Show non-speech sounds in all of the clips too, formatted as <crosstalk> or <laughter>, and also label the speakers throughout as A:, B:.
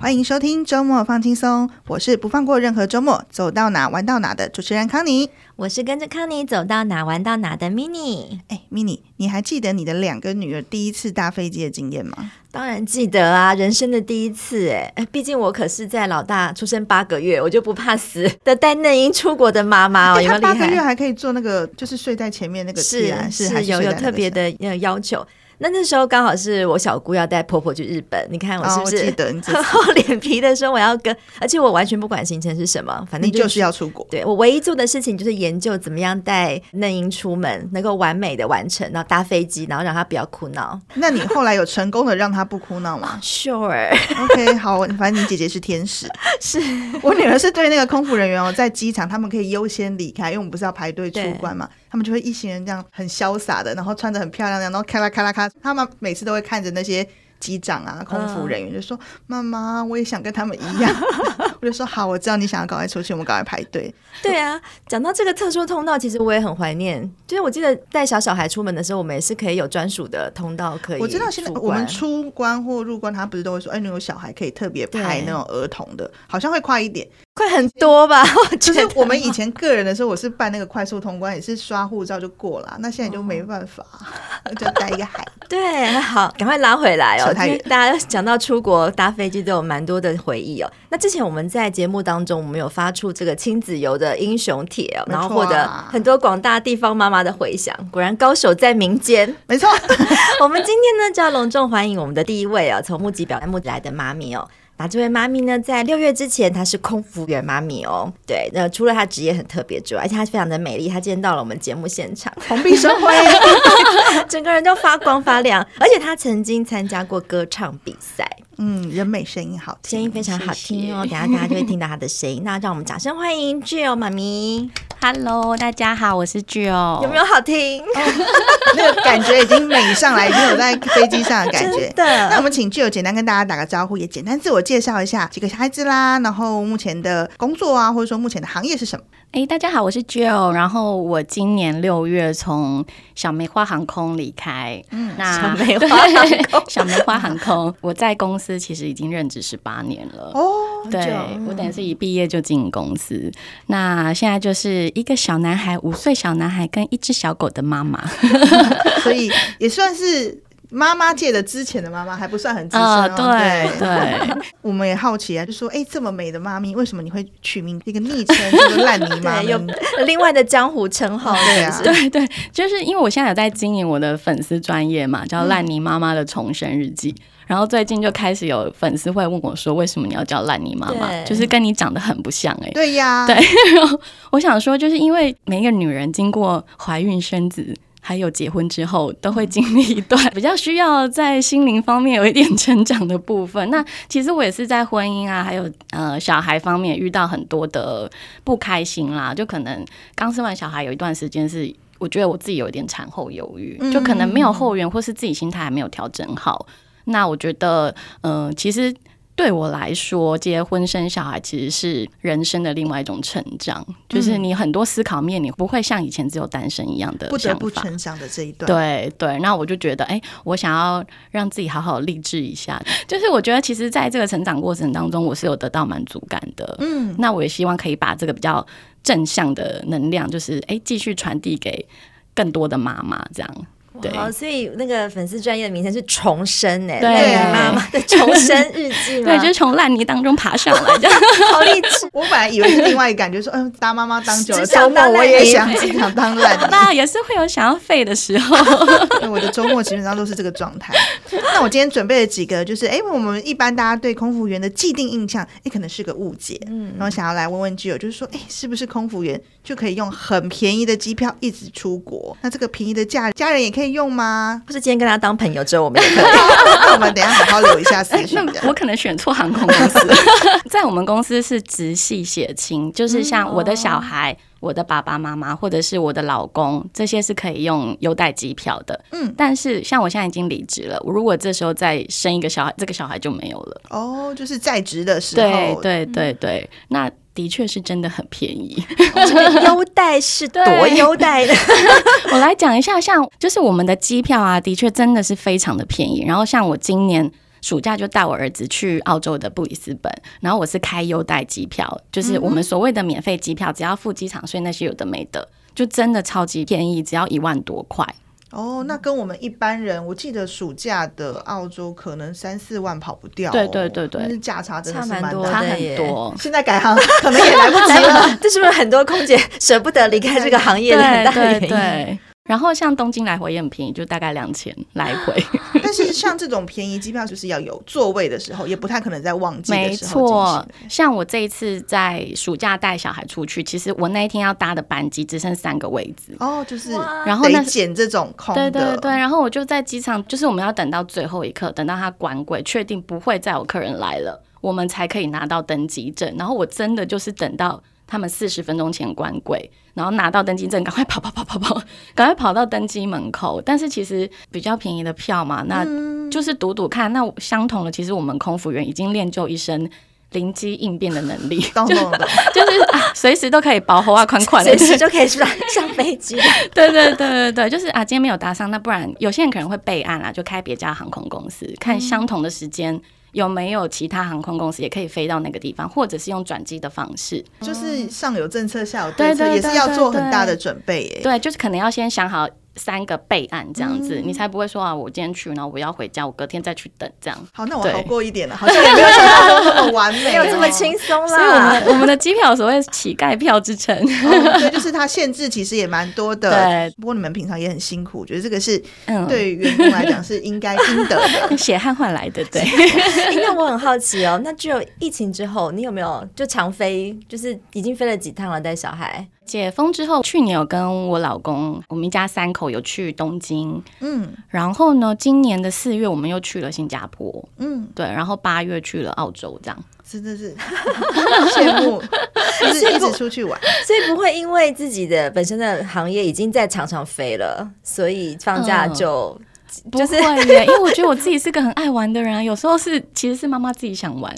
A: 欢迎收听周末放轻松，我是不放过任何周末，走到哪玩到哪的主持人康妮。
B: 我是跟着康妮走到哪玩到哪的 mini，
A: 哎，mini，你还记得你的两个女儿第一次搭飞机的经验吗？
B: 当然记得啊，人生的第一次哎，哎毕竟我可是在老大出生八个月，我就不怕死的带嫩英出国的妈
A: <laughs>
B: 妈哦，
A: 哎
B: 有没
A: 她
B: 有
A: 八
B: 厉
A: 个月
B: 害？
A: 还可以坐那个，就是睡在前面那个自然是还
B: 是有
A: 睡
B: 有
A: 在那
B: 特
A: 个
B: 别
A: 上。
B: 的呃要求。那那时候刚好是我小姑要带婆婆去日本，你看我
A: 哦
B: 是不
A: 我
B: 是
A: 记
B: <laughs>
A: 得你这次
B: 很厚脸皮的说我要跟，而且我完全不管行程是什么，反
A: 你
B: 正
A: 就是要出国，
B: 对我唯一做的事情就是研究怎么样带嫩英出门，能够完美的完成，然后搭飞机，然后让她不要哭闹。
A: 那你后来有成功的让她不哭闹吗
B: Sure，
A: ？OK，好， <laughs> 反正你姐姐是天使，
B: <laughs> 是
A: <laughs> 我女儿是对那个空服人员哦，在机场他们可以优先离开，因为我们不是要排队出关嘛，他们就会一行人这样很潇洒的，然后穿的很漂亮这样，然后咔啦咔啦咔，他们每次都会看着那些机长啊、空
B: 嗯
A: 服人员，就说：“妈妈，我也想跟他们一样。” <laughs> 我就说：“好，我知道你想要赶快出去，我们赶快排队。
B: <laughs> 对啊，讲到这个特殊通道，其实我也很怀念。就是我记得带小小孩出门的时候，我们也是可以有专属的通道可以。
A: 我知道现在我们，出关或入关，他不是都会说：“哎，你有小孩可以特别排
B: 对
A: 那种儿童的，好像会快一点。”
B: 快很多吧？我
A: 就
B: 觉
A: 是
B: 得
A: 我们以前个人的时候，我是办那个快速通关，也是刷护照就过了，那现在就没办法，就带一个孩子。
B: 对，好，赶快拉回来哦
A: 扯。太
B: 因
A: 远
B: 为大家讲到出国搭飞机都有蛮多的回忆哦。那之前我们在节目当中，我们有发出这个亲子游的英雄帖哦，
A: 没
B: 然后
A: 错
B: 获得
A: 啊
B: 很多广大地方妈妈的回响。果然高手在民间。
A: 没错，
B: <laughs> 我们今天呢，就要隆重欢迎我们的第一位哦，从募集表单募集来的妈咪哦。那这位妈咪呢，在六月之前，她是空服员妈咪哦。对，那除了她职业很特别之外，而且她非常的美丽，她今天到了我们节目
A: <laughs>
B: 现场，
A: 蓬荜生辉。啊
B: <laughs> 整个人都发光发亮。而且她曾经参加过歌唱比赛，
A: 嗯，人美声音好听，
B: 声音非常好听哦。等一下大家就会听到她的声音。那让我们掌声欢迎 Jill 妈咪，
C: Hello，大家好，我是
A: 哦
C: Jill。
B: 有没有好听？
A: 那个感觉已经美上来，已经有在飞机上的感觉
B: <laughs> 真。的
A: 那我们请具有简单跟大家打个招呼，也简单自我介绍一下几个孩子啦，然后目前的工作啊，或者说目前的行业是什么？
C: 哎、大家好，我是 Jill。然后我今年六月从小梅花航空离开。嗯，
B: 小
C: 那
B: 梅花航
C: 空， <laughs> 小梅花航空，我在公司其实已经任职十八年了。
A: 哦，
C: 对
B: 久嗯
C: 我等于是一毕业就进公司，那现在就是一个小男孩，五岁小男孩跟一只小狗的妈妈， <laughs>
A: 所以也算是。妈妈界的之前的妈妈还不算很资深哦、
C: 呃啊对对，
A: 我们也好奇啊，就说，哎、这么美的妈咪，为什么你会取名一个昵称叫做烂泥妈
B: <laughs>
A: 咪？
B: 对，有另外的江湖称号，
A: 对啊
B: 是不是
C: <laughs> 对对，就是因为我现在有在经营我的粉丝专业嘛，叫烂泥妈妈的重生日记。然后最近就开始有粉丝会问我说，为什么你要叫烂泥妈妈？
B: 对
C: 就是跟你长得很不像哎、
A: 对呀，
C: 对我想说，就是因为每一个女人经过怀孕生子。还有结婚之后都会经历一段比较需要在心灵方面有一点成长的部分。那其实我也是在婚姻啊，还有呃小孩方面遇到很多的不开心啦，就可能刚生完小孩有一段时间是。我觉得我自己有一点产后忧郁，就可能没有后援，或是自己心态还没有调整好。那我觉得，嗯、其实对我来说，结婚生小孩其实是人生的另外一种成长，就是你很多思考面，你不会像以前只有单身一样的
A: 嗯不得
C: 想
A: 不
C: 法
A: 成长的这一段。
C: 对对，那我就觉得，哎、我想要让自己好好励志一下。就是我觉得，其实在这个成长过程当中，我是有得到满足感的。嗯，那我也希望可以把这个比较正向的能量，就是哎，继、续传递给更多的妈妈，这样。对
B: 好，所以那个粉丝专业的名称是重生哎、欸，
C: 对
B: 那你妈妈的重生日记吗？
C: 对，就是从烂泥当中爬上来， <laughs> 这样
B: 好励志。 <laughs>
A: 我本来以为是另外一个感觉，说，嗯，当妈妈当久了，
B: 只想
A: 周末
B: 当烂
A: 我也
B: 泥
A: 想 <laughs> 只想当烂泥。
B: <laughs>
C: 那也是会有想要废的时候。
A: 对我的周末基本上都是这个状态。那我今天准备了几个，就是哎、我们一般大家对空服员的既定印象，哎、可能是个误解。嗯，然后想要来问问基友，就是说，哎、是不是空服员就可以用很便宜的机票一直出国？那这个便宜的假家人也可以用吗？
B: 不是今天跟他当朋友之后，我们也可
C: <laughs>
B: 以。
A: 那我们等一下好好留一下思绪。
C: 哎
A: <laughs>
C: 那我可能选错航空公司，在我们公司是直系血亲，就是像我的小孩、我的爸爸妈妈或者是我的老公，这些是可以用优待机票的。
A: 嗯
C: 嗯，但是像我现在已经离职了，我如果这时候再生一个小孩，这个小孩就没有了。
A: 哦，就是在职的时
C: 对
A: 候，
C: 对对对，那的确是真的很便宜。
B: 这个优待是多
C: 对
B: 优待
C: <laughs>
B: 的，
C: 我来讲一下，像就是我们的机票啊，的确真的是非常的便宜。然后像我今年暑假就带我儿子去澳洲的布里斯本，然后我是开优待机票，就是我们所谓的免费机票，只要付机场税那些有的没的，就真的超级便宜，只要一万多块。
A: 哦，那跟我们一般人，我记得暑假的澳洲可能三四万跑不掉哦、
C: 对对对对
A: 但是价差真的是
B: 差蛮
A: 蛮
B: 多
A: 大
C: 差
A: 的
B: 的
C: 很
B: 耶
C: 多。
A: 现在改行可能也来不及 <laughs>
B: 来
A: 了。
B: 这是不是很多空姐舍不得离开这个行业的很大的原因？
C: 对对对。然后像东京来回也很便宜，就大概两千来 <laughs> 回。
A: 但是像这种便宜机票，就是要有座位的时候，也不太可能在旺季的
C: 没
A: 时候进行
C: 错，像我这一次在暑假带小孩出去，其实我那一天要搭的班机只剩三个位置。
A: 哦，就是
B: 哇
C: 然后那
A: 得捡这种空
C: 对
A: 的。
C: 对对，然后我就在机场，就是我们要等到最后一刻，等到他关柜，确定不会再有客人来了，我们才可以拿到登机证。然后我真的就是等到他们四十分钟前关柜，然后拿到登机证，赶快跑跑跑跑跑，赶快跑到登机门口。但是其实比较便宜的票嘛，那
A: 嗯
C: 就是赌赌看。那相同的，其实我们空服员已经练就一身灵机应变的能力，
A: 懂懂懂，
C: <laughs> 就是啊随时都可以包喉啊，款款的
B: 随。时就可以上上飞机了。
C: 对对对对对，就是啊，今天没有搭上，那不然有些人可能会备案啊，就开别家航空公司，看相同的时间有没有其他航空公司也可以飞到那个地方，或者是用转机的方式。
A: 就是上有政策，下有对策，
C: 对对
A: 也是要
C: 对
A: 做
C: 对
A: 很大的准备耶。
C: 对，就是可能要先想好三个备案这样子，你才不会说啊，我今天去，然后我要回家，我隔天再去等这样。
A: 好，那我
C: 对
A: 好过一点了，好像也没有想象中那么完
C: <laughs>
A: 美，哦
B: 没有这么轻松
C: 所以我
B: 啦
C: 们。的我们的机票有所谓乞丐票之 <laughs> 称，
A: 哦。对，就是它限制其实也蛮多的。
C: 对
A: 不过你们平常也很辛苦，我觉得这个是
C: 嗯，，
A: 对于员工来讲是应该应得
C: <laughs>
A: 的。
C: 哦血汗换来的，对。
B: 诶欸那我很好奇哦，那只有疫情之后，你有没有就常飞？就是已经飞了几趟了，带小孩？
C: <laughs> 解封之后，去年有跟我老公，我们一家三口有去东京，
A: 嗯
C: 然后呢，今年的四月我们又去了新加坡，
A: 嗯，
C: 对，然后八月去了澳洲，这样。
A: 真的是 <laughs> 羡慕，
C: <laughs>
A: 就是一直出去玩。
B: 所以不会因为自己的本身的行业已经在场上飞了，所以放假
C: 嗯
B: 就、
C: 不
B: 就是
C: 会耶，因 <laughs> 为我觉得我自己是个很爱玩的人啊，有时候是其实是妈妈自己想玩，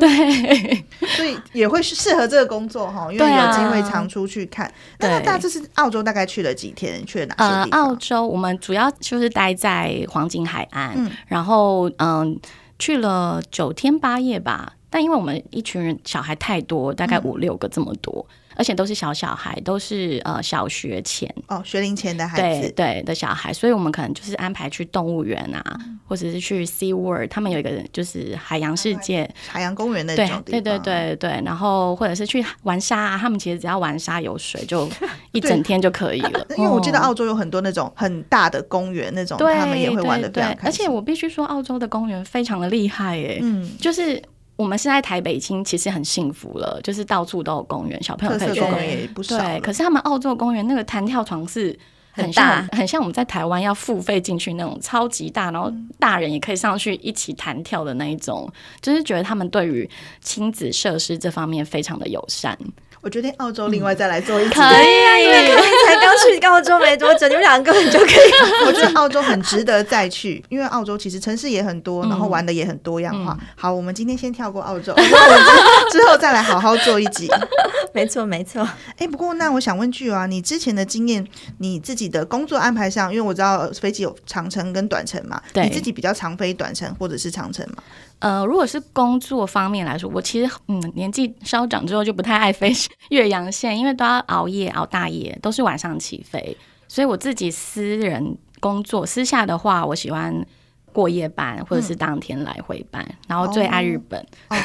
C: 对，
A: 所以也会是适合这个工作哈，因为
C: 对
A: 有
C: 啊
A: 机会常出去看。那那
C: 对
A: 大致是澳洲大概去了几天？去了哪
C: 呃
A: 些，地
C: 澳
A: 方？
C: 洲我们主要就是待在黄金海岸，
A: 嗯
C: 然后嗯去了九天八夜吧，但因为我们一群人小孩太多，大概五六个这么多，而且都是小小孩，都是呃小学前
A: 哦，学龄前的孩
C: 对
A: 子，
C: 对的小孩，所以我们可能就是安排去动物园啊，
A: 嗯
C: 或者是去 Sea World，他们有一个就是海洋世界，
A: 海洋公园那
C: 对
A: 种地
C: 对
A: 方。
C: 对对对，然后或者是去玩沙、啊，他们其实只要玩沙游水
A: <laughs>
C: 就一整天就可以了。
A: 因为我记得
C: 哦
A: 澳洲有很多那种很大的公园，那种
C: 对
A: 他们也会玩的
C: 对
A: 非
C: 对
A: 常，开
C: 而
A: 心。
C: 且我必须说，澳洲的公园非常的厉害耶、
A: 嗯，
C: 就是。我们是在台北，已经其实很幸福了，就是到处都有公园，小朋友
A: 特
C: 可
A: 色
C: 以去
A: 公
C: 公
A: 园也不少了
C: 对，。可是他们澳洲公园那个弹跳床是
B: 很
C: 很
B: 大
C: 像我们很像我们在台湾要付费进去那种超级大，然后
B: 嗯
C: 大人也可以上去一起弹跳的那一种，就是觉得他们对于亲子设施这方面非常的友善。
A: 我决定澳洲
C: 嗯
A: 另外再来做一
C: <laughs>
A: 集。
B: <laughs> 因
C: 以，
B: 为才刚去澳洲没多久，你们两个根本就可以。
C: <laughs>
A: 我觉得澳洲很值得再去，因为澳洲其实城市也很多，然后
C: 嗯
A: 玩的也很多样化。好，我们今天先跳过澳洲，我们之之后再来好好做一集。
B: 没错，没错。
A: 哎、不过那我想问句啊，你之前的经验，你自己的工作安排上，因为我知道呃飞机有长程跟短程嘛，
C: 对
A: 你自己比较常飞短程或者是长程嘛？
C: 呃，如果是工作方面来说，我其实嗯年纪稍长之后就不太爱飞 <laughs> 岳阳线，因为都要熬夜熬大夜，都是晚上起飞，所以我自己私人工作私下的话，我喜欢。过夜班或者
B: 嗯
C: 是当天来回班，然后最爱日本。 <laughs>
A: 哦，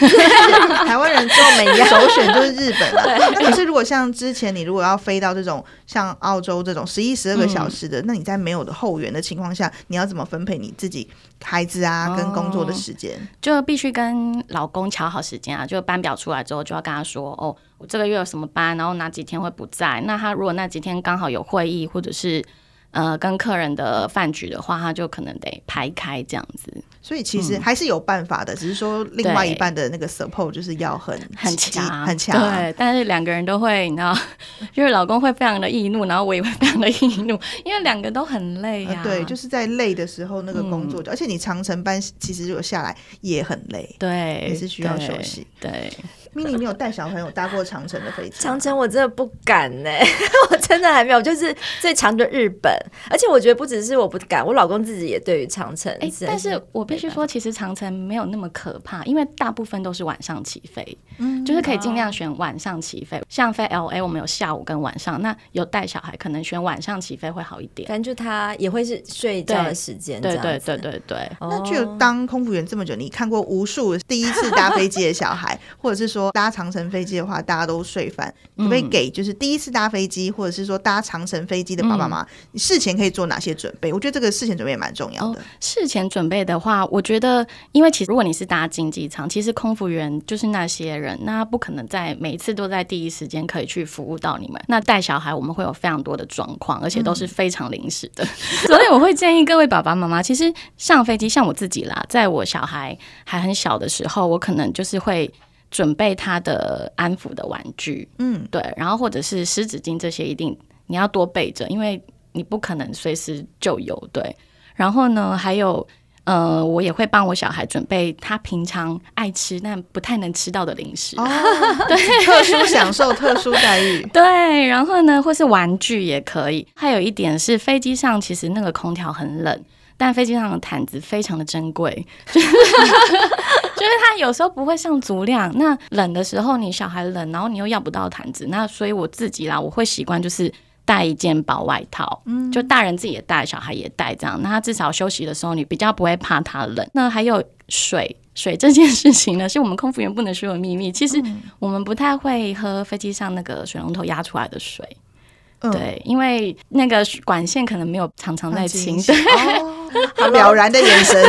A: 台湾人跟我们一样，首选就是日本了。那可是如果像之前你如果要飞到这种像澳洲这种十一十二个小
C: 嗯
A: 时的，那你在没有的后援的情况下，你要怎么分配你自己孩子啊
C: 哦
A: 跟工作的时间？
C: 就必须跟老公瞧好时间啊，就班表出来之后就要跟他说，哦，我这个月有什么班，然后哪几天会不在。那他如果那几天刚好有会议或者是呃跟客人的饭局的话，他就可能得排开这样子，
A: 所以其
C: 嗯
A: 实还是有办法的，只是说另外一半的那个 support 就是要很 <laughs>
C: 很
A: 积极
C: 强
A: 很强。
C: 对，但是两个人都会，你知道， <laughs> 就是老公会非常的易怒，然后我也会非常的易怒，因为两个都很累
A: 呃
C: 呀、嗯
A: 对，就是在累的时候那个工作，而且你长程班其实如果下来也很累，
C: 对，
A: 也是需要
C: 对
A: 休息。
C: 对，
A: mini，你有带小朋友搭过长城的飞机吗？
B: 长城我真的不敢呢、 <laughs> 我真的还没有，就是最长的日本，而且我觉得不只是我不敢，我老公自己也对于长城
C: 哎、
B: 实在，
C: 但是我必须说，其实长城没有那么可怕，因为大部分都是晚上起飞，
A: 嗯
C: 就是可以尽
B: 哦
C: 量选晚上起飞。像飞 L A，我们有下午跟晚上，那有带小孩可能选晚上起飞会好一点。
B: 反正就他也会是睡觉的时间，
C: 对
B: 这样
C: 对
B: 子
C: 对，对对，
A: 那
B: 哦
A: 就当空服员这么久，你看过无数第一次搭飞机的小孩，或者是说搭长城飞机的话，大家都睡翻。你
C: 嗯
A: 会给就是第一次搭飞机，或者是说搭长城飞机的
C: 嗯
A: 爸爸妈妈，你事前可以做哪些准备？我觉得这个事前准备也蛮重
C: 哦
A: 要的。
C: 事前准备的话，我觉得，因为其实如果你是搭经济舱，其实空服员就是那些人，那他不可能在每一次都在第一时间可以去服务到你们。那带小孩，我们会有非常多的状况，而且都是非常临时的，所以我会建议各位爸爸妈妈，其实上飞机，像我自己啦，在我小孩还很小的时候，我可能就是会。准备他的安抚的玩具，
A: 嗯，
C: 对，然后或者是湿纸巾这些，一定你要多备着，因为你不可能随时就有。对，然后呢，还有呃，我也会帮我小孩准备他平常爱吃但不太能吃到的零食。 <laughs>
A: 哦，对，特殊享受、特殊待遇。
C: 对，然后呢，或是玩具也可以。还有一点是，飞机上其实那个空调很冷，但飞机上的毯子非常的珍贵， <laughs> 就是它有时候不会上足量。那冷的时候，你小孩冷，然后你又要不到毯子，那所以我自己啦，我会习惯就是。带一件薄外套，嗯，就大人自己也带，小孩也带，这样，那他至少休息的时候，你比较不会怕他冷。那还有水，水这件事情呢，是我们空服员不能说的秘密。其实
B: 嗯
C: 我们不太会喝飞机上那个水龙头压出来的水，
A: 嗯，
C: 对，因为那个管线可能没有常常在清。对
A: 哦，好了然的眼神，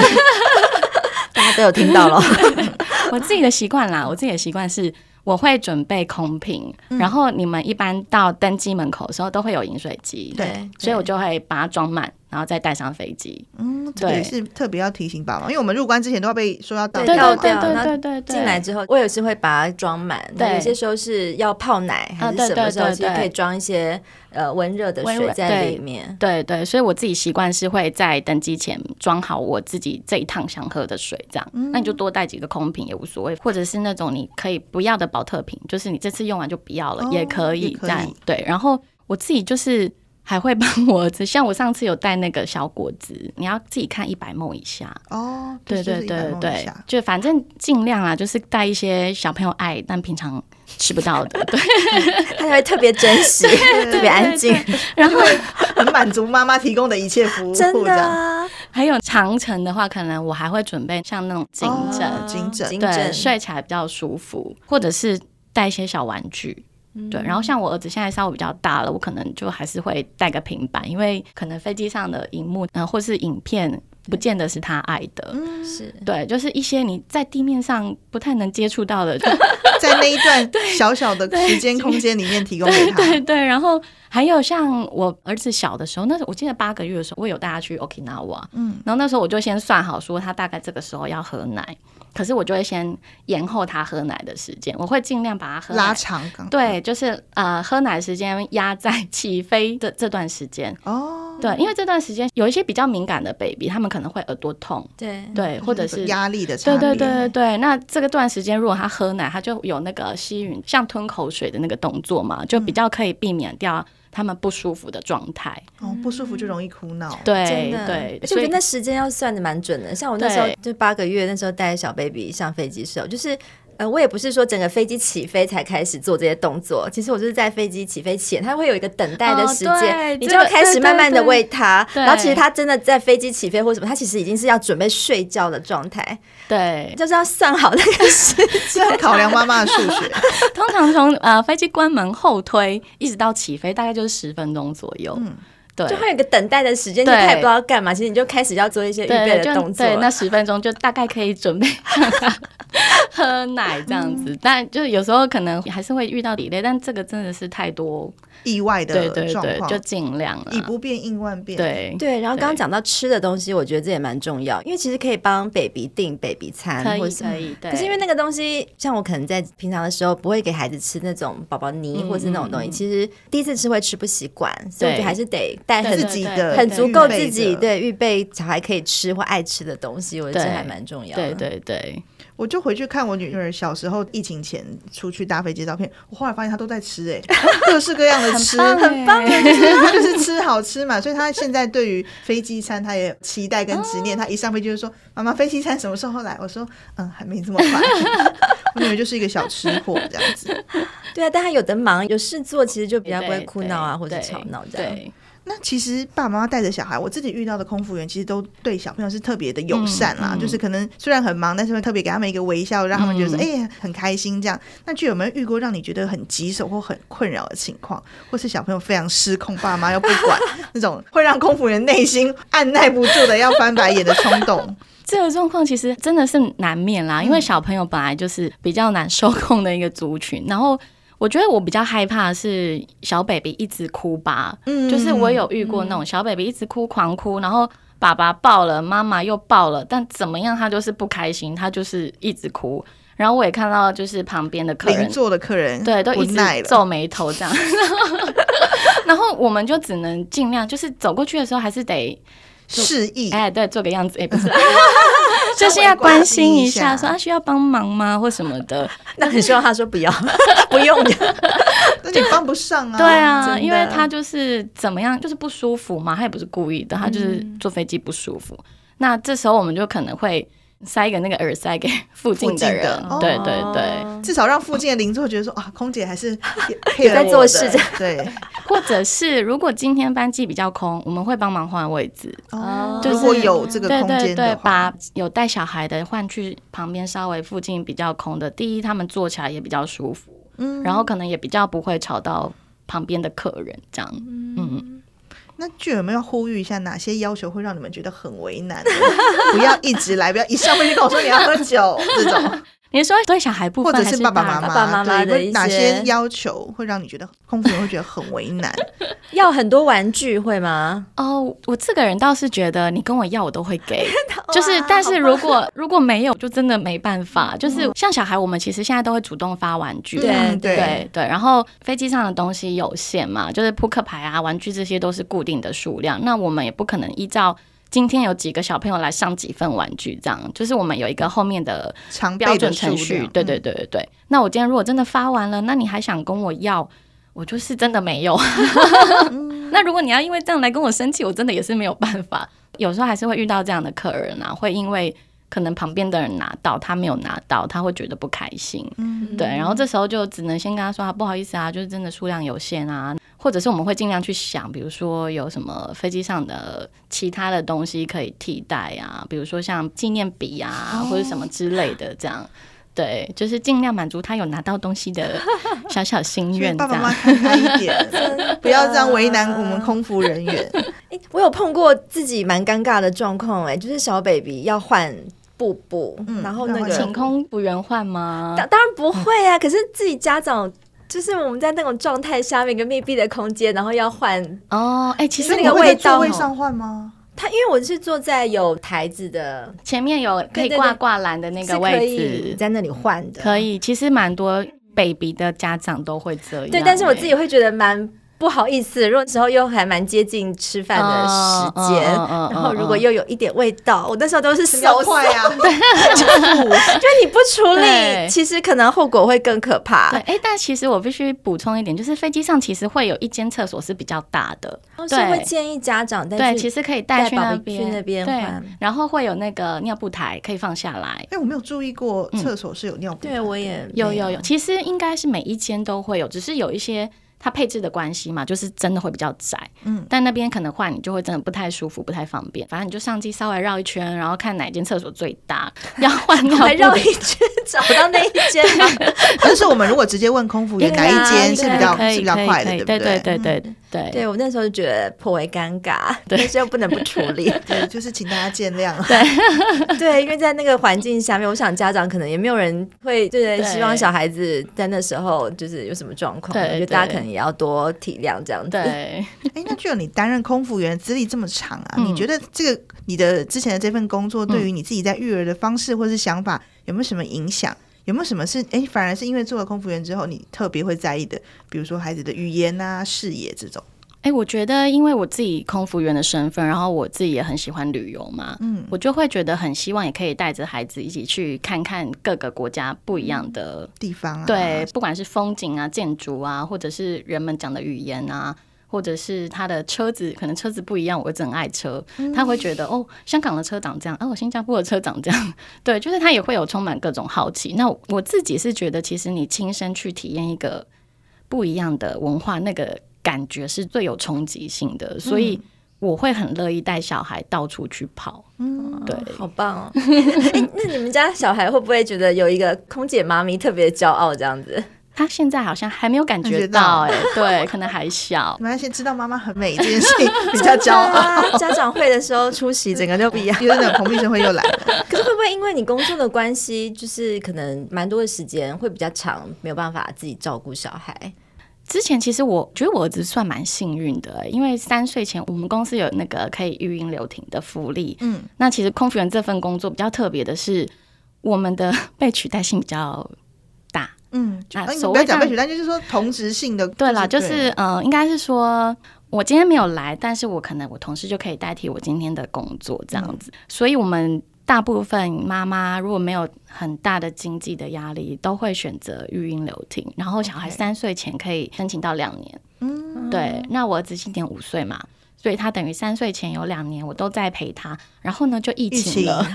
B: 大家都有听到
C: <laughs>
B: 了，
C: <laughs> 我自己的习惯啦，我自己的习惯是我会准备空瓶，
B: 嗯
C: 然后你们一般到登机门口的时候都会有饮水机，
B: 对，
C: 所以我就会把它装满，然后再带上飞机。
A: 嗯，这个也是特别要提醒爸妈，因为我们入关之前都要被说要倒
B: 对
A: 掉
C: 对
A: 嘛。
B: 倒
C: 对对
B: 掉
C: 对对对，
B: 进来之后，我也是会把它装满。
C: 对
B: 那有些时候是要泡奶还
C: 啊
B: 是
C: 对
B: 什么
C: 对
B: 时候，
C: 对
B: 其实
C: 对
B: 可以装一些呃温热的
C: 温
B: 水
C: 热
B: 在
C: 对
B: 里面。
C: 对对，所以我自己习惯是会在登机前装好我自己这一趟想喝的水，这样。那
A: 嗯
C: 你就多带几个空瓶也无所谓，或者是那种你可以不要的保特瓶，就是你这次用完就不要了、
A: 哦
C: 也可
A: 也
C: 以
A: 可
C: 这样
A: 以。
C: 对，然后我自己就是还会帮我儿子，像我上次有带那个小果子，你要自己看一百梦以下。
A: 哦，
C: 对
A: 就
C: 对
A: 是一百
C: 对
A: 梦以
C: 对
A: 下，
C: 就反正尽量啊，就是带一些小朋友爱但平常吃不
A: <laughs>
C: 到的，对，
B: 他会特别珍
C: <laughs>
B: 惜，特别安静，
C: 然后
A: 很满足妈妈提供的一切服务，
B: 真
A: 这
B: 的
A: 样
B: 啊，
C: 还有长城的话，可能我还会准备像那种颈枕，
A: 哦颈枕
B: 颈
C: 对，
B: 枕
C: 睡起来比较舒服，或者是带一些小玩具。对，然后像我儿子现在稍微比较大了，我可能就还是会带个平板，因为可能飞机上的荧幕，嗯、或是影片，不见得是他爱的。
B: 是
C: 对，就是一些你在地面上不太能接触到的，
A: 在那一段小小的时间空间里面提供给他。
C: <laughs> 对对。然后还有像我儿子小的时候，那时候我记得八个月的时候，我有带他去 Okinawa，嗯，然后那时候我就先算好说他大概这个时候要喝奶，可是我就会先延后他喝奶的时间，我会尽量把他喝奶
A: 拉长刚
C: 对，就是呃，喝奶时间压在 <laughs> 起飞的这段时间。
A: 哦，
C: 对，因为这段时间有一些比较敏感的 baby，他们可能会耳朵痛，
B: 对
C: 对，或者。
A: 就是压力的差
C: 对
A: 别，
C: 对对对对，那这个段时间如果他喝奶，他就有那个吸吮，像吞口水的那个动作嘛，
B: 嗯
C: 就比较可以避免掉他们不舒服的状态。
A: 哦，不舒服就容易哭闹。
C: 对
B: 真的，
C: 哎对，
B: 而且我
C: 所
B: 觉得
C: 以
B: 那时间要算的蛮准的。像我那时候
C: 对
B: 就八个月，那时候带小 baby 上飞机的时候，就是。呃，我也不是说整个飞机起飞才开始做这些动作，其实我就是在飞机起飞前，它会有一个等待的
C: 哦
B: 时
C: 对
B: 间，你
C: 这
B: 就要
C: 个
B: 开
C: 对
B: 始
C: 对
B: 慢慢的
C: 对
B: 喂它。
C: 对
B: 然后其实它真的在飞机起飞或什么，它其实已经是要准备睡觉的状态，
C: 对，
B: 就是要算好那个时
A: 是
C: <laughs>
A: 要考量妈妈的数学，
C: 通常从呃飞机关门后推一直到起飞，大概就是十分钟左右。对，
B: 嗯就会有一个等待的时间，就
C: 对
B: 他也不知道干嘛，其实你就开始要做一些预备
C: 对，
B: 的
C: 就
B: 动作。
C: 对，那十分钟就大概可以准备 <laughs> 喝奶这样
B: 嗯
C: 子，但就是有时候可能还是会遇到 delay，但这个真的是太多，
A: 意外
C: 对
A: 的
C: 对
A: 状
C: 对，
A: 况
C: 就，尽量
A: 以
C: 了。
A: 不变应万变。，
C: 对，
B: 对，然后刚刚
C: 对
B: 讲到吃的东西，我觉得这也蛮重要，因为其实可以帮 baby 订 baby 餐
C: 可
B: 或
C: 以
B: 什么
C: 可。以，对。
B: 可是因为那个东西，像我可能在平常的时候不会给孩子吃那种宝宝泥
C: 嗯
B: 或是那种东西，其实第一次吃会吃不习惯，所以我觉得还是得带
C: 对
A: 自
B: 很
A: 己
C: 对
A: 的
B: 很足够
A: 预备
B: 自己
A: 的。
B: 对预备小孩可以吃或爱吃的东西，我觉得这
C: 对
B: 还蛮重要的。
C: 对对对，
A: 我就回去看我女儿小时候疫情前出去搭飞机的照片，我后来发现她都在吃、
C: <laughs>
A: 欸，哎，各式各样的吃，
C: 很
B: 啊
C: 棒耶，
A: 他 <laughs> 就是吃好吃嘛，所以他现在对于飞机餐，他也期待跟执念。他一上飞机就说：“妈妈，飞机餐什么时候来？”我说：“嗯，还没这么快。” <laughs> 我女儿就是一个小吃货这样子。
B: 对啊，但他有的忙，有事做，其实就比较不会
C: 对
B: 哭闹啊，
C: 对
B: 或者
C: 对
B: 吵闹这样。
C: 对，
A: 那其实爸爸妈妈带着小孩，我自己遇到的空服员其实都对小朋友是特别的友善啦，
C: 嗯嗯
A: 就是可能虽然很忙，但是会特别给他们一个微笑，让他们觉得说
C: 嗯
A: 哎、很开心这样。那就有没有遇过让你觉得很棘手或很困扰的情况，或是小朋友非常失控，爸妈又不
C: <laughs>
A: 管那种会让空服员内心按耐不住的要翻白眼的冲动？
C: 这个状况其实真的是难免
A: 嗯
C: 啦，因为小朋友本来就是比较难受控的一个族群，然后。我觉得我比较害怕是小 baby 一直哭吧，
A: 嗯
C: 就是我有遇过那种小 baby 一直哭狂哭，然后爸爸抱了，妈妈又抱了，但怎么样他就是不开心，他就是一直哭。然后我也看到就是旁边的 <laughs> 客人
A: 邻座的客人
C: 对，都
A: 不
C: 一直
A: 耐了。
C: 皱眉头这样。 <laughs> 然后我们就只能尽量，就是走过去的时候还是得，
A: 示意，
C: 哎，对，做个样子也 <laughs> 不是，就是要关心一下，说啊需要帮忙吗或什么的。
B: 那很希望他说不要， <laughs> 不用。
A: 那你帮不上啊。
C: 对啊，
B: 真的
C: 因为他就是怎么样，就是不舒服嘛，他也不是故意的，他就是坐飞机不舒服。那这时候我们就可能会塞一个那个耳塞给附近的哦人，
A: 附近的
C: 对对对。
A: 至少让附近的邻座觉得说啊，空姐还
C: <laughs>
A: 是配
B: 在做事这样
A: 对，
C: 或者是如果今天班机比较空，我们会帮忙换位置。
A: 哦，
C: 就是
A: 如果有这个
C: 对
A: 空
C: 对
A: 间
C: 对
A: 的，话
C: 把，有带小孩的换去旁边稍微附近比较空的。第一，他们坐起来也比较舒服，
A: 嗯
C: 然后可能也比较不会吵到旁边的客人，这样。嗯，
A: 那剧有没有呼吁一下，哪些要求会让你们觉得很为难 <laughs> 呢？不要一直来，不要一上飞机跟我说你要喝酒这种，
C: 你是说对小孩部
A: 或
C: 分
A: 者
C: 还
A: 爸爸
C: 大
A: 妈
C: 人
A: 妈，
B: 爸爸妈妈
A: 对
B: 的一
A: 会哪
B: 些
A: 些要求会让你觉得空服员会觉得很为难？
B: 要很多玩具会吗？
C: 哦，我这个人倒是觉得你跟我要我都会
A: <laughs>
C: 给， <laughs> 就是
B: 哇
C: 但是如果如果没有，就真的没办法。就是像小孩，我们其实现在都会主动发玩具，
B: 对
A: 嗯
B: 对
C: 对对，然后飞机上的东西有限嘛，就是扑克牌啊、玩具这些都是固定的数量，那我们也不可能依照。今天有几个小朋友来上几份玩具，这样就是我们有一个后面的
A: 常
C: 标
A: 备
C: 准
A: 嗯的
C: 程
A: 数
C: 序
A: 量。
C: 对对对对对。那我今天如果真的发完了，那你还想跟我要？我就是真的没有。
A: 嗯
C: <laughs> 那如果你要因为这样来跟我生气，我真的也是没有办法。有时候还是会遇到这样的客人啊，会因为可能旁边的人拿到，他没有拿到，他会觉得不开心。
A: 嗯
C: 对，然后这时候就只能先跟他说啊，不好意思啊，就是真的数量有限啊，或者是我们会尽量去想，比如说有什么飞机上的其他的东西可以替代啊，比如说像纪念笔啊，或者什么之类的这样。对，就是尽量满足他有拿到东西的小小
B: <laughs>
C: 心
A: 所以
C: 愿，嗯这
A: 爸爸妈妈
C: 样。
A: 看开一点，不要这样为难我们空服人员。
B: 诶我有碰过自己蛮尴尬的状况，哎，就是小 baby 要换布布，
A: 嗯
B: 然后那
A: 然后
B: 个
C: 晴空不原换吗？
B: 当当然不会啊，可是自己家长。就是我们在那种状态下面，一个密闭的空间，然后要换
C: 哦，哎、其实
B: 那
A: 你
B: 个
A: 会在
B: 味道
A: 座位
B: 哦
A: 上换吗？
B: 他，因为我是坐在有台子的
C: 前面有可
B: 对
C: 以
B: 对
C: 挂挂篮的那
B: 是
C: 个
B: 可
C: 位
B: 以
C: 置，
B: 在那里换的，
C: 可以。其实蛮多 baby 的家长都会这样、
B: 对，但是我自
C: 诶
B: 己会觉得蛮不好意思，如果时候又还蛮接近吃饭的时间，
C: 嗯嗯嗯嗯嗯
B: 然后如果又有一点味道，我那时候都是
A: 这个要
B: 手
A: 快
B: 快， <laughs>
A: 啊！
B: 就你不处理，
C: 对
B: 其实可能后果会更可怕
C: 对，。哎、但其实我必须补充一点，就是飞机上其实会有一间厕所是比较大的，
B: 哦所以会
C: 对。
B: 建议家长带
C: 对，
B: 去
C: 其实可以带
B: 带
C: 去
B: 宝
C: 那
B: 贝去
C: 边，
B: 那边换
C: 对，然后会有那个尿布台可以放下来。
A: <laughs> 哎，我没有注意过厕所是有尿布的。
B: 对啊我也
C: 有
B: 没
C: 有有，其实应该是每一间都会有，只是有一些它配置的关系嘛，就是真的会比较窄。
A: 嗯
C: 嗯，但那边可能换你就会真的不太舒服，不太方便。反正你就上机稍微绕一圈，然后看哪间厕所最大，要换尿布
B: 还绕
C: 的
B: 一圈 <laughs> 找到那一间啊吗，
A: <laughs> 但是我们如果直接问空服员
B: 也
A: 哪
B: 可以啊
A: 一间是
B: 对
A: 比较
C: 可以
A: 是比较
C: 可以
A: 快
C: 可以
A: 的，
C: 对
A: 不
C: 对
A: 对？
C: 对
A: 嗯
C: 对对
B: 对我那时候就觉得颇为尴尬，但是又不能不处
C: <laughs>
B: 理，
A: 对，就是请大家见谅。 <laughs>
B: 对，因为在那个环境下面，我想家长可能也没有人会，对，
C: 对
B: 希望小孩子在那时候就是有什么状况，
C: 对
B: 我觉得大家
C: 对
B: 可能也要多体谅这样子。
C: 对。
A: 哎，那就你担任空服员资历这么长啊，
C: 嗯
A: 你觉得这个你的之前的这份工作对于你自己在育儿的方式或是想法有没有什么影响？有没有什么是哎，反而是因为做了空服员之后，你特别会在意的，比如说孩子的语言啊、视野这种？
C: 哎、哎，我觉得因为我自己空服员的身份，然后我自己也很喜欢旅游嘛，嗯，我就会觉得很希望也可以带着孩子一起去看看各个国家不一样的，
A: 地方啊，
C: 对，，不管是风景啊、建筑啊，或者是人们讲的语言啊。或者是他的车子，可能车子不一样，我儿子很爱车，
A: 嗯
C: 他会觉得哦，香港的车长这样，哦，新加坡的车长这样， <laughs> 对，就是他也会有充满各种好奇。那我自己是觉得，其实你亲身去体验一个不一样的文化，那个感觉是最有冲击性
A: 嗯
C: 的，所以我会很乐意带小孩到处去跑。嗯，对，
B: 好棒哦！ <laughs> 哎，那你们家小孩会不会觉得有一个空姐妈咪特别骄傲这样子？
C: 他现在好像还没有感
A: 感觉
C: 觉
A: 到
C: 到、哎，对，可能还小
A: 你。们要先知道妈妈很美这件事情比较骄傲， <laughs>
B: 傲。 <laughs> 家长会的时候出席，整个就不一样。
A: 有点蓬荜生辉又来了。
B: 可是会不会因为你工作的关系，就是可能蛮多的时间会比较长，没有办法自己照顾小孩？
C: 之前其实我觉得我儿子算蛮幸运的、欸因为三岁前我们公司有那个可以育婴留停的福利。
A: 嗯，
C: 那其实空服员这份工作比较特别的是，我们的被取代性比较大。
A: 嗯，
C: 那
A: 哎你
C: 所
A: 不要
C: 谓
A: 讲
C: 这
A: 被
C: 样
A: 取代，就是说同质性的，
C: 对啦，就
A: 对
C: 是嗯、呃应该是说我今天没有来，但是我可能我同事就可以代替我今天的工作这样
A: 嗯
C: 子，所以我们。大部分妈妈如果没有很大的经济的压力，都会选择育婴留停。然后小孩
A: OK
C: 三岁前可以申请到两年，嗯，对。那我儿子今年五岁嘛，所以他等于三岁前有两年我都在陪他。然后呢，就疫
A: 疫情
C: 情了，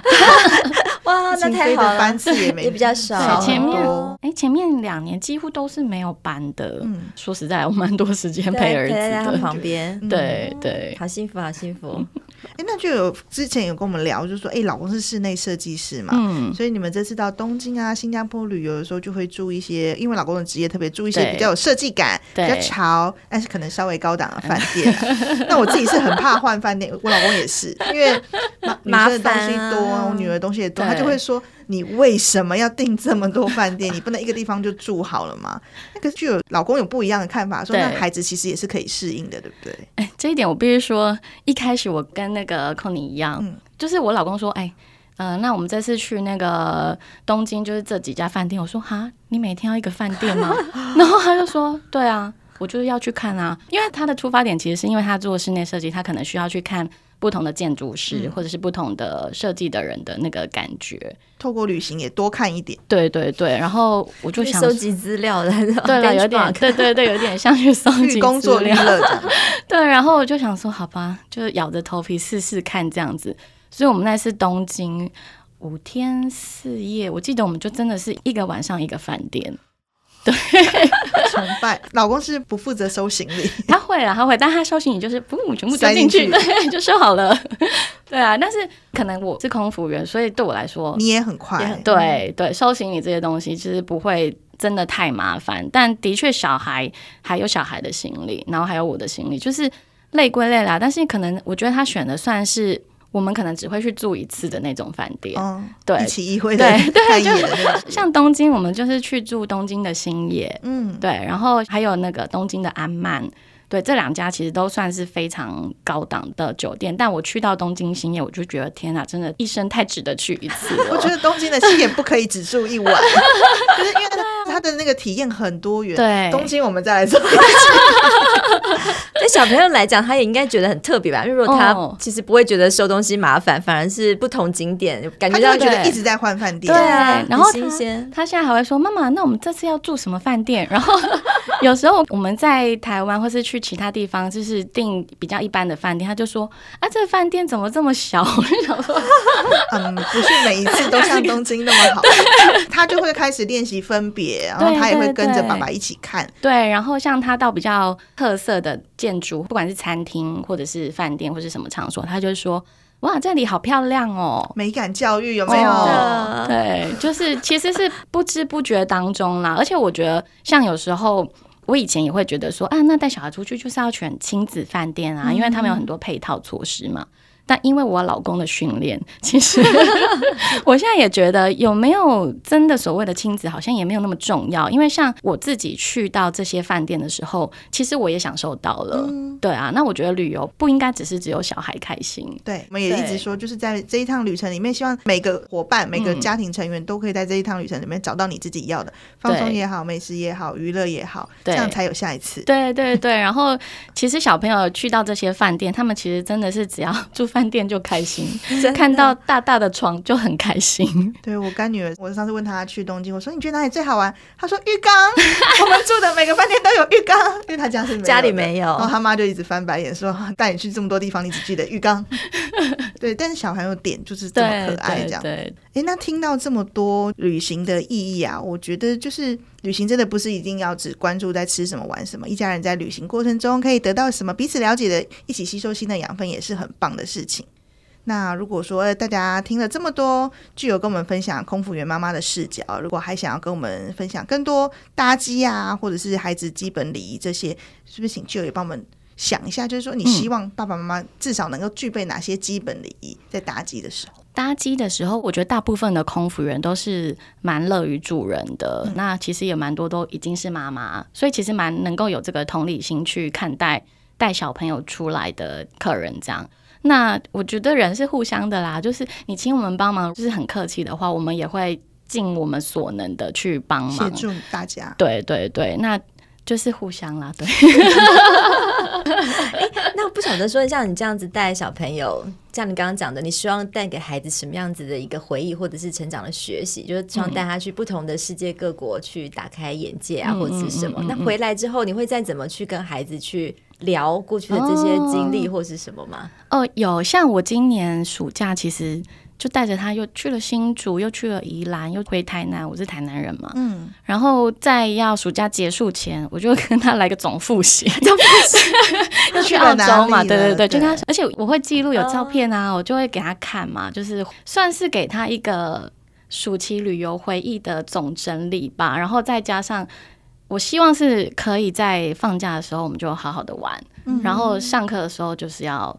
B: 哇，那
A: 情
B: 太
A: 飞
B: 好
A: 的
B: 了
A: 班，次也没
B: <laughs> 也比较少哦
A: 少
C: 对前
A: 很
C: 面
A: 啊多。
C: 哎，前面两年几乎都是没有班的。
A: 嗯
C: 说实在，我蛮多时间
B: 对
C: 陪儿子
B: 陪在他
C: 的。
B: 旁边，
C: 对嗯对，
B: 好幸福，好幸福。
A: 哎，那就有之前有跟我们聊，就说哎，老公是室内设计师嘛，
C: 嗯，
A: 所以你们这次到东京啊、新加坡旅游的时候，就会注意一些，因为老公的职业特别注意一些
C: 对
A: 比较有设计感、比
C: 对
A: 较潮，但是可能稍微高档的饭
C: <laughs>
A: 店啊、那我自己是很怕换饭店，我老公也是，因为妈
B: 麻
C: <laughs>
A: 女生的东西
B: 烦啊
A: 多，我女儿的东西也多，他
C: 对
A: 就会说你为什么要订这么多饭店？你不能一个地方就住好了吗？那可是就有老公有不一样的看法，说
C: 对
A: 那孩子其实也是可以适应的，对不对？
C: 哎，这一点我必须说，一开始我跟那个寇尼一样，
A: 嗯
C: 就是我老公说，哎。呃，那我们这次去那个东京，就是这几家饭店。我说哈，你每天要一个饭店吗？ <laughs> 然后他就说，对啊，我就是要去看啊。因为他的出发点其实是因为他做室内设计，他可能需要去看不同的建筑师、
A: 嗯
C: 或者是不同的设计的人的那个感觉。
A: 透过旅行也多看
C: <laughs>
A: 一点，
C: 对对对，然后我就
B: 去
C: 想
B: 收
C: 说，
B: 集资料
C: <laughs>
B: 的，
C: 对了，有点，对对对，有点像去搜集
A: 去工作
C: 资
A: 娱
C: 料
A: 乐这样。
C: 对，然后我就想说，好吧，就是咬着头皮试试看这样子。所以我们那次东京五天四夜，我记得我们就真的是一个晚上一个饭店。
A: 崇拜老公是不负责收行李，
C: 他会啊，他会，但他收行李就是不全部
A: 塞
C: 塞
A: 进
C: 进去，
A: 去
C: 对，就收好了。 <laughs> 对啊，但是可能我是空服员，所以对我来说，
A: 你也很快，
B: 也很
C: 哦对对，收行李这些东西其实不会真的太麻烦，但的确小孩还有小孩的行李，然后还有我的行李，就是累归累啦，但是可能我觉得他选的算是我们可能只会去住一次的那种饭店。
A: 嗯，
C: 对
A: 一起一会的 <laughs>
C: 对对
A: 看一
C: 就
A: 眼的那种，
C: 像东京，我们就是去住东京的星野，
A: 嗯，
C: 对，然后还有那个东京的安曼，对，这两家其实都算是非常高档的酒店。但我去到东京星野，我就觉得天哪，真的，一生太值得去一次了。
A: 我觉得东京的星野不可以只住一晚， <laughs> 就是因为它它的那个体验很多元。
C: 对
A: 东京我们再来做。 <laughs>
B: 对小朋友来讲，他也应该觉得很特别吧？因为如果他
C: 哦
B: 其实不会觉得收东西麻烦，反而是不同景点感
A: 他
B: 觉
A: 就
B: 到
A: 会觉
B: 觉得
A: 得一直在换饭店，
B: 对啊，
C: 哎然后
B: 很新鲜。
C: 他现在还会说：“妈妈，那我们这次要住什么饭店？”然后 <laughs> 有时候我们在台湾或是去其他地方，就是订比较一般的饭店，他就说：“啊，这个饭店怎么这么小？” <laughs> 我就想说，
A: 嗯，不是每一次都像东京那
C: <laughs>
A: 么好。他就会开始练习分别，然后
C: 对
A: 他也会
C: 对
A: 跟着
C: 对
A: 爸爸一起看。
C: 对。然后像他到比较特色的建筑，不管是餐厅或者是饭店或是什么场所，他就说：“哇，这里好漂亮哦。”
A: 美感教育有没有？
C: 哦
B: 呃
C: 对，就是其实是不知不觉当中啦。而且我觉得，像有时候我以前也会觉得说，啊，那带小孩出去就是要选亲子饭店啊，因为他们有很多配套措施嘛。但因为我老公的训练，其实 <laughs> 我现在也觉得有没有真的所谓的亲子，好像也没有那么重要。因为像我自己去到这些饭店的时候，其实我也享受到了。对啊，那我觉得旅游不应该只是只有小孩开心。
A: 对，我们也一直
C: 对
A: 说，就是在这一趟旅程里面，希望每个伙伴、每个家庭成员都可以在这一趟旅程里面找到你自己要的，放松也好，美食也好，娱乐也好，这
C: 对
A: 样才有下一次。
C: 对对对，然后其实小朋友去到这些饭店，他们其实真的是只要住饭店就开心，看到大大的床就很开心。
A: 对我干女儿，我上次问她去东京，我说你觉得哪里最好玩？她说浴缸， <laughs> 我们住的每个饭店都有浴缸，因为她家是没有的
B: 家里没有
A: 然后她妈就一直翻白眼说，带你去这么多地方，你只记得浴缸。 <laughs> 对，但是小孩有点就是 <laughs> 这么
C: 对
A: 可爱这样。
C: 对对
A: 诶，那听到这么多旅行的意义啊，我觉得就是旅行真的不是一定要只关注在吃什么玩什么，一家人在旅行过程中可以得到什么彼此了解的，一起吸收新的养分，也是很棒的事情。那如果说呃大家听了这么多，具有跟我们分享空服员妈妈的视角，如果还想要跟我们分享更多搭机啊，或者是孩子基本礼仪这些，是不是请就也帮我们想一下，就是说你希望爸爸妈妈至少能够具备哪些基本礼仪在搭机的时候？
C: 搭机的时候，我觉得大部分的空服员都是蛮乐于助人的。
A: 嗯
C: 那其实也蛮多都已经是妈妈，所以其实蛮能够有这个同理心去看待带小朋友出来的客人这样。那我觉得人是互相的啦，就是你请我们帮忙，就是很客气的话，我们也会尽我们所能的去帮
A: 协
C: 忙。
A: 助大家。
C: 对对对，那就是互相啦，对。
B: <laughs> 那我不晓得说，像你这样子带小朋友，像你刚刚讲的，你希望带给孩子什么样子的一个回忆，或者是成长的学习，就是希望
C: 嗯
B: 带他去不同的世界各国去打开眼界啊，或者是什么。
C: 嗯嗯嗯嗯
B: 那回来之后，你会再怎么去跟孩子去聊过去的这些经历，或是什么吗？
C: 哦，有像我今年暑假其实就带着他又去了新竹，又去了宜兰，又回台南。我是台南人嘛，
A: 嗯，
C: 然后在要暑假结束前，我就跟他来个 <laughs> 总复习，要去澳洲嘛，对对对，就跟他，而且我会记录有照片啊，我就会给他看嘛，就是算是给他一个暑期旅游回忆的总整理吧，然后再加上。我希望是可以在放假的时候，我们就好好的玩，然后上课的时候就是要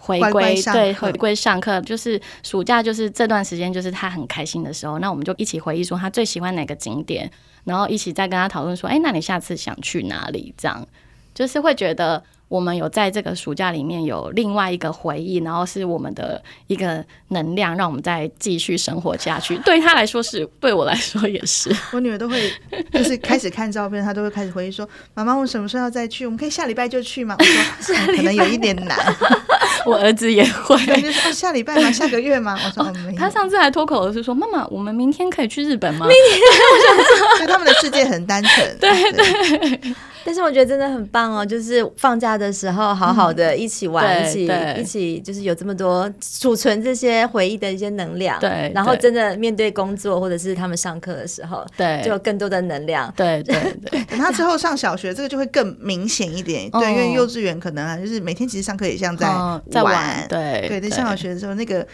C: 回
A: 嗯乖
C: 归，
A: 乖上
C: 对，
A: 课
C: 回归上课。就是暑假，就是这段时间，就是他很开心的时候，那我们就一起回忆说他最喜欢哪个景点，然后一起再跟他讨论说，哎，那你下次想去哪里？这样就是会觉得我们有在这个暑假里面有另外一个回忆，然后是我们的一个能量，让我们再继续生活下去。对他来说是，对我来说也是。
A: <laughs> 我女儿都会就是开始看照片，她都会开始回忆说：“妈妈，我们什么时候要再去？我们可以下礼拜就去吗？”我
C: <laughs>
A: 说：“嗯可能有一点难。
C: 我儿子也会。
A: 对” <laughs> 就说：“哦，下礼拜吗？下个月吗？”我说：“哦，没有。”
C: 他上次还脱口而出说：“妈妈，我们明天可以去日本吗？”
A: 所以他们的世界很单
C: <laughs>
A: 纯。对对，
B: 但是我觉得真的很棒哦，就是放假的时候好好的一起玩，
C: 嗯对
B: 一起
C: 对
B: 一起，就是有这么多储存这些回忆的一些能量。
C: 对
B: 然后
C: 对
B: 真的面对工作或者是他们上课的时候，
C: 对
B: 就有更多的能量。
C: 对对对，
A: 等她之后上小学，这个就会更明显一点。对，
C: 哦
A: 因为幼稚园可能啊，就是每天其实上课也 <laughs> 像在
C: 哦在
A: 玩。
C: 对
A: 对，在上小学的时候，那个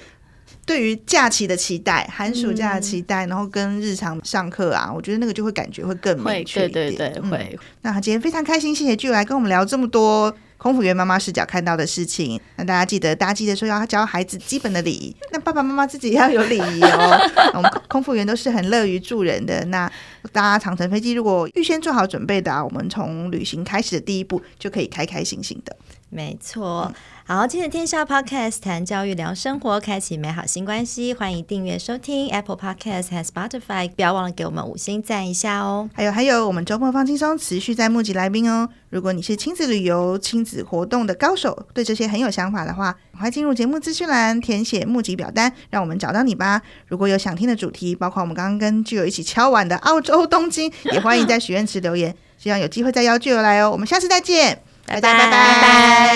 A: 对于假期的期待、寒暑假的
C: 嗯
A: 期待，然后跟日常上课啊，我觉得那个就会感觉会更
C: 会，
A: 明确
C: 对
A: 一点。
C: 对对
A: 嗯
C: 会。
A: 那今天非常开心，谢谢剧来跟我们聊这么多空服员妈妈视角看到的事情。那大家记得搭机的时候要教孩子基本的礼仪，那爸爸妈妈自己也要有礼仪哦。我们空空服员都是很乐于助人的。那搭长程飞机如果预先做好准备的啊，我们从旅行开始的第一步就可以开开心心的。
B: 没错。好，今天的天下 Podcast 谈教育聊生活，开启美好新关系。欢迎订阅收听 Apple Podcast 和 Spotify，不要忘了给我们五星赞一下哦。
A: 还有还有，我们周末放轻松，持续在募集来宾哦。如果你是亲子旅游、亲子活动的高手，对这些很有想法的话，赶快进入节目资讯栏填写募集表单，让我们找到你吧。如果有想听的主题，包括我们刚刚跟剧友一起敲碗的澳洲东京，也欢迎在许愿池留言。希望有机会再邀剧友来哦。我们下次再见，
B: 拜拜拜拜